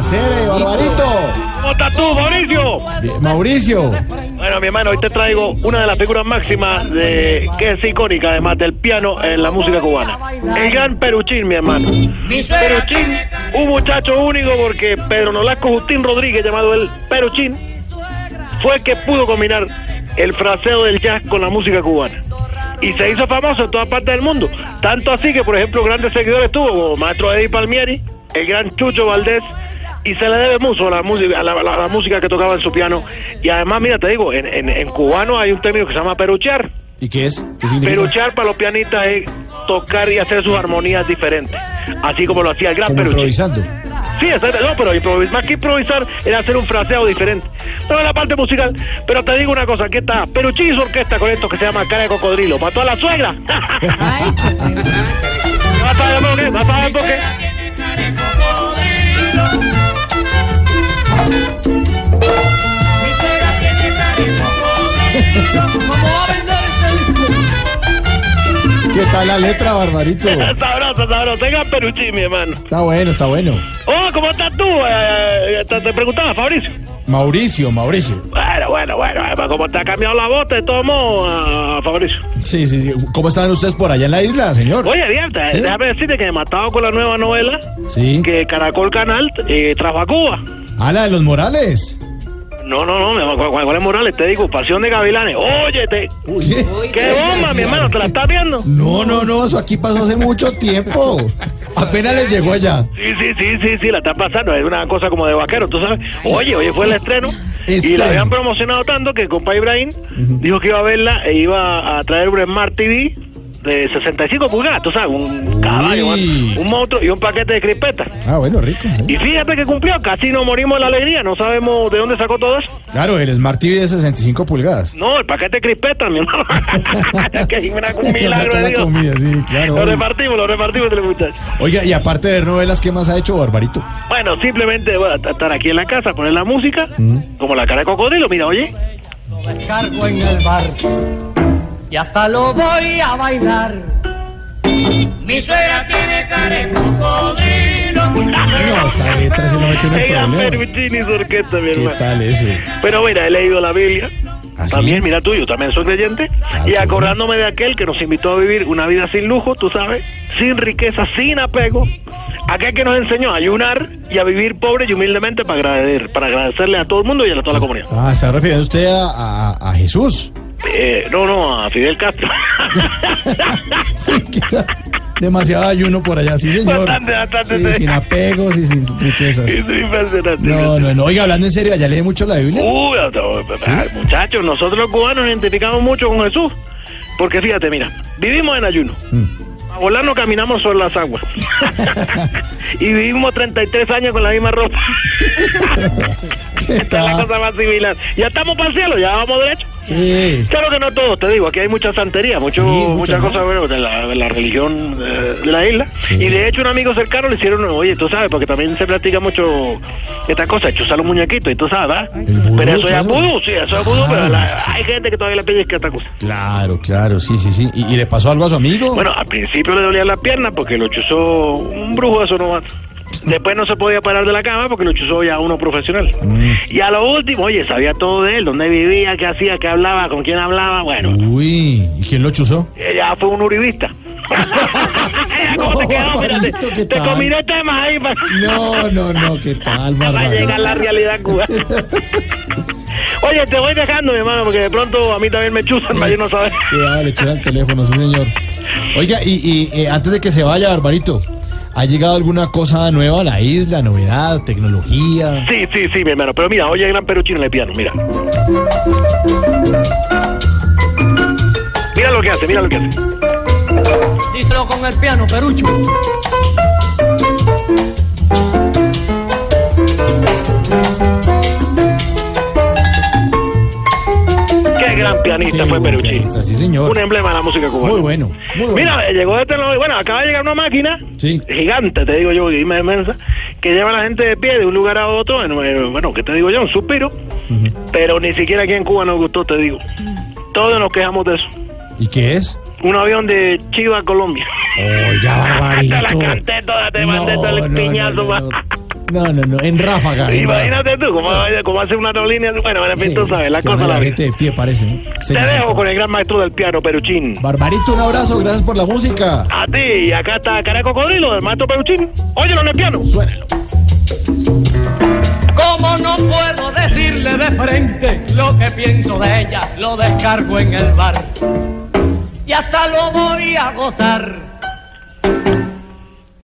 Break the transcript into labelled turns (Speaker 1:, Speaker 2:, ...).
Speaker 1: Cere, eh, Barbarito.
Speaker 2: ¿Cómo estás tú, Mauricio?
Speaker 1: Bien, Mauricio.
Speaker 2: Bueno, mi hermano, hoy te traigo una de las figuras máximas de, que es icónica, además del piano en la música cubana. El gran Peruchín, mi hermano. Peruchín, un muchacho único porque Pedro Nolasco Justín Rodríguez, llamado el Peruchín, fue el que pudo combinar el fraseo del jazz con la música cubana. Y se hizo famoso en todas partes del mundo. Tanto así que, por ejemplo, grandes seguidores tuvo como Maestro Eddie Palmieri, el gran Chucho Valdés, y se le debe mucho a la música, a la, la- la música que tocaba en su piano. Y además, mira, te digo, en, en- en cubano hay un término que se llama peruchear.
Speaker 1: ¿Y qué es? ¿Qué significa?
Speaker 2: Peruchear para los pianistas es tocar y hacer sus armonías diferentes, así como lo hacía el gran
Speaker 1: Como
Speaker 2: Peruchín.
Speaker 1: improvisando.
Speaker 2: Sí, exacto. No, pero improvis- más que improvisar era hacer un fraseado diferente. No en la parte musical, pero te digo una cosa, aquí está Peruchín y su orquesta con esto que se llama Cara de Cocodrilo. ¿Mató a la suegra?
Speaker 3: Ay,
Speaker 2: ¿Vas a ver por qué? ¿Vas a ver por qué?
Speaker 1: ¿Qué tal la letra, Barbarito?
Speaker 2: Sabroso, sabroso. Tenga Peruchín, mi hermano.
Speaker 1: Está bueno, está bueno.
Speaker 2: Oh, ¿cómo estás tú? Eh, te, te preguntaba, Fabricio.
Speaker 1: Mauricio, Mauricio.
Speaker 2: Bueno, bueno, bueno. eh, ¿Cómo te ha cambiado la voz? Te tomo, ah, Fabricio.
Speaker 1: Sí, sí, sí. ¿Cómo están ustedes por allá en la isla, señor?
Speaker 2: Oye, Diana,
Speaker 1: Sí.
Speaker 2: déjame decirte que me he matado con la nueva novela
Speaker 1: Sí.
Speaker 2: que Caracol Canal eh, trajo a Cuba.
Speaker 1: Ah, la de los Morales.
Speaker 2: No, no, no, mi hermano, ¿cuál cuál es Morales? Te digo, Pasión de Gavilanes. Óyete,
Speaker 1: ¿Qué?
Speaker 2: qué bomba, mi hermano, ¿te la estás viendo?
Speaker 1: No, no, no, eso aquí pasó hace mucho tiempo. Apenas les llegó allá.
Speaker 2: Sí, sí, sí, sí, sí, la está pasando. Es una cosa como de vaquero, tú sabes. Oye, oye, fue el estreno. Y
Speaker 1: Estreno.
Speaker 2: la habían promocionado tanto que el compa Ibrahim dijo que iba a verla e iba a traer un Smart TV de 65 pulgadas, tú sabes, un caballo,
Speaker 1: Uy.
Speaker 2: un monstruo y un paquete de crispetas.
Speaker 1: Ah, bueno, rico. ¿eh?
Speaker 2: Y fíjate que cumplió, casi nos morimos de la alegría, no sabemos de dónde sacó todo eso.
Speaker 1: Claro, el Smart TV de 65 pulgadas.
Speaker 2: No, el paquete de crispetas, mi hermano. Es que es una- un milagro de
Speaker 1: La
Speaker 2: Dios.
Speaker 1: comida, sí, claro.
Speaker 2: Lo repartimos, lo repartimos entre los muchachos.
Speaker 1: Oiga, y aparte de ver novelas, ¿qué más ha hecho Barbarito?
Speaker 2: Bueno, simplemente voy a estar aquí en la casa, poner la música,
Speaker 1: Mm.
Speaker 2: como la cara de cocodrilo, mira, oye.
Speaker 4: la cargo en el bar y hasta lo voy a bailar. Mi suegra tiene cara de cocodrilo.
Speaker 1: No, esa letra se lo metió en el
Speaker 2: Oiga,
Speaker 1: problema.
Speaker 2: Permitini, su orquesta, mi
Speaker 1: ¿Qué
Speaker 2: hermano.
Speaker 1: tal eso?
Speaker 2: Pero mira, he leído la Biblia.
Speaker 1: ¿Ah, sí?
Speaker 2: También, mira tú, yo también soy creyente.
Speaker 1: Claro,
Speaker 2: y
Speaker 1: sí.
Speaker 2: acordándome de aquel que nos invitó a vivir una vida sin lujo, tú sabes, sin riqueza, sin apego. Aquel que nos enseñó a ayunar y a vivir pobre y humildemente para agradecer, para agradecerle a todo el mundo y a toda la comunidad.
Speaker 1: Ah, ¿está refiriendo usted a, a- a Jesús?
Speaker 2: Eh, no, no, a Fidel Castro.
Speaker 1: Sí, quizá. Demasiado ayuno por allá, sí, señor.
Speaker 2: Bastante, bastante,
Speaker 1: Sí,
Speaker 2: sí.
Speaker 1: sin apegos y sin riquezas.
Speaker 2: Es impresionante.
Speaker 1: No, no, no. Oiga, hablando en serio, ¿allá lee mucho la Biblia?
Speaker 2: Uy, no, ah, muchachos, nosotros los cubanos nos identificamos mucho con Jesús. Porque fíjate, mira, vivimos en ayuno.
Speaker 1: Mm.
Speaker 2: A volar no caminamos sobre las aguas. y vivimos 33 años con la misma ropa.
Speaker 1: ¿Qué
Speaker 2: Esta es la
Speaker 1: tal?
Speaker 2: cosa más similar. Ya estamos para el cielo, ya vamos derecho.
Speaker 1: Sí.
Speaker 2: Claro que no todos, te digo, aquí hay mucha santería, mucho,
Speaker 1: Sí, mucho,
Speaker 2: muchas
Speaker 1: ¿no?
Speaker 2: cosas bueno, de, la, de la religión eh, de la isla.
Speaker 1: Sí.
Speaker 2: Y de hecho un amigo cercano le hicieron, oye, tú sabes, porque también se practica mucho esta cosa, chuzar los muñequitos, y tú sabes, ¿verdad?
Speaker 1: El vudú,
Speaker 2: pero eso
Speaker 1: claro.
Speaker 2: es vudú, sí, eso es vudú,
Speaker 1: Ah,
Speaker 2: pero la-
Speaker 1: sí.
Speaker 2: hay gente que todavía le pellizca esta cosa.
Speaker 1: Claro, claro, sí, sí, sí. ¿Y, y le pasó algo a su amigo?
Speaker 2: Bueno, al principio le dolía la pierna porque lo chuzó un brujo de Sonovat. Después no se podía parar de la cama porque lo chuzó ya uno profesional.
Speaker 1: Mm.
Speaker 2: Y a lo último, oye, sabía todo de él, dónde vivía, qué hacía, qué hablaba, con quién hablaba, bueno.
Speaker 1: Uy, ¿y quién lo chuzó?
Speaker 2: Ella fue un uribista. Mira ¿Cómo te quedó?
Speaker 1: No,
Speaker 2: Espérate,
Speaker 1: Barbarito, ¿qué
Speaker 2: te
Speaker 1: tal?
Speaker 2: combiné temas ahí para,
Speaker 1: No, no, no, ¿qué tal,
Speaker 2: para llegar a
Speaker 1: Barbarito?
Speaker 2: la realidad cubana. Oye, te voy dejando, mi hermano, porque de pronto a mí también me chuzan, para yo no saber.
Speaker 1: Cuidado, le chuzan el teléfono, sí, señor. Oiga, y, y, eh, antes de que se vaya, Barbarito, ¿ha llegado alguna cosa nueva a la isla? ¿Novedad? ¿Tecnología?
Speaker 2: Sí, sí, sí, mi hermano. Pero mira, oye, el gran peruchino en el piano, mira. Mira lo que hace, mira lo que hace.
Speaker 4: Díselo con el piano, Perucho.
Speaker 2: gran pianista
Speaker 1: Qué
Speaker 2: fue
Speaker 1: buen
Speaker 2: Peruchín.
Speaker 1: pianista, Sí, señor.
Speaker 2: Un emblema de la música cubana.
Speaker 1: Muy bueno, muy bueno.
Speaker 2: Mira, eh, llegó de tecnología. Bueno, acaba de llegar una máquina
Speaker 1: Sí.
Speaker 2: gigante, te digo yo, y inmensa, inmensa, que lleva a la gente de pie de un lugar a otro. en, eh, bueno, ¿qué te digo yo? Un suspiro.
Speaker 1: Ujú.
Speaker 2: Pero ni siquiera aquí en Cuba nos gustó, te digo. Todos nos quejamos de eso.
Speaker 1: ¿Y qué es?
Speaker 2: Un avión de Chiva, Colombia.
Speaker 1: Oiga, barbarito.
Speaker 2: Hasta la canté toda, te mandé todo el piñazo.
Speaker 1: No,
Speaker 2: pa-
Speaker 1: no, no, no, no, en ráfaga. en ráfaga.
Speaker 2: Imagínate tú cómo, cómo hace una aerolínea. Bueno, bueno, en fin,
Speaker 1: Sí,
Speaker 2: tú sabes, la
Speaker 1: es que
Speaker 2: cosa
Speaker 1: una
Speaker 2: la vida.
Speaker 1: gente de pie parece. ¿no?
Speaker 2: Te
Speaker 1: Señor
Speaker 2: dejo
Speaker 1: Santos.
Speaker 2: con el gran maestro del piano, Peruchín.
Speaker 1: Barbarito, un abrazo, gracias por la música.
Speaker 2: A ti, acá está Cara de Cocodrilo del maestro Peruchín. Óyelo en el piano.
Speaker 1: Suénalo.
Speaker 4: Como no puedo decirle de frente lo que pienso de ella, lo descargo en el bar. Y hasta lo voy a gozar.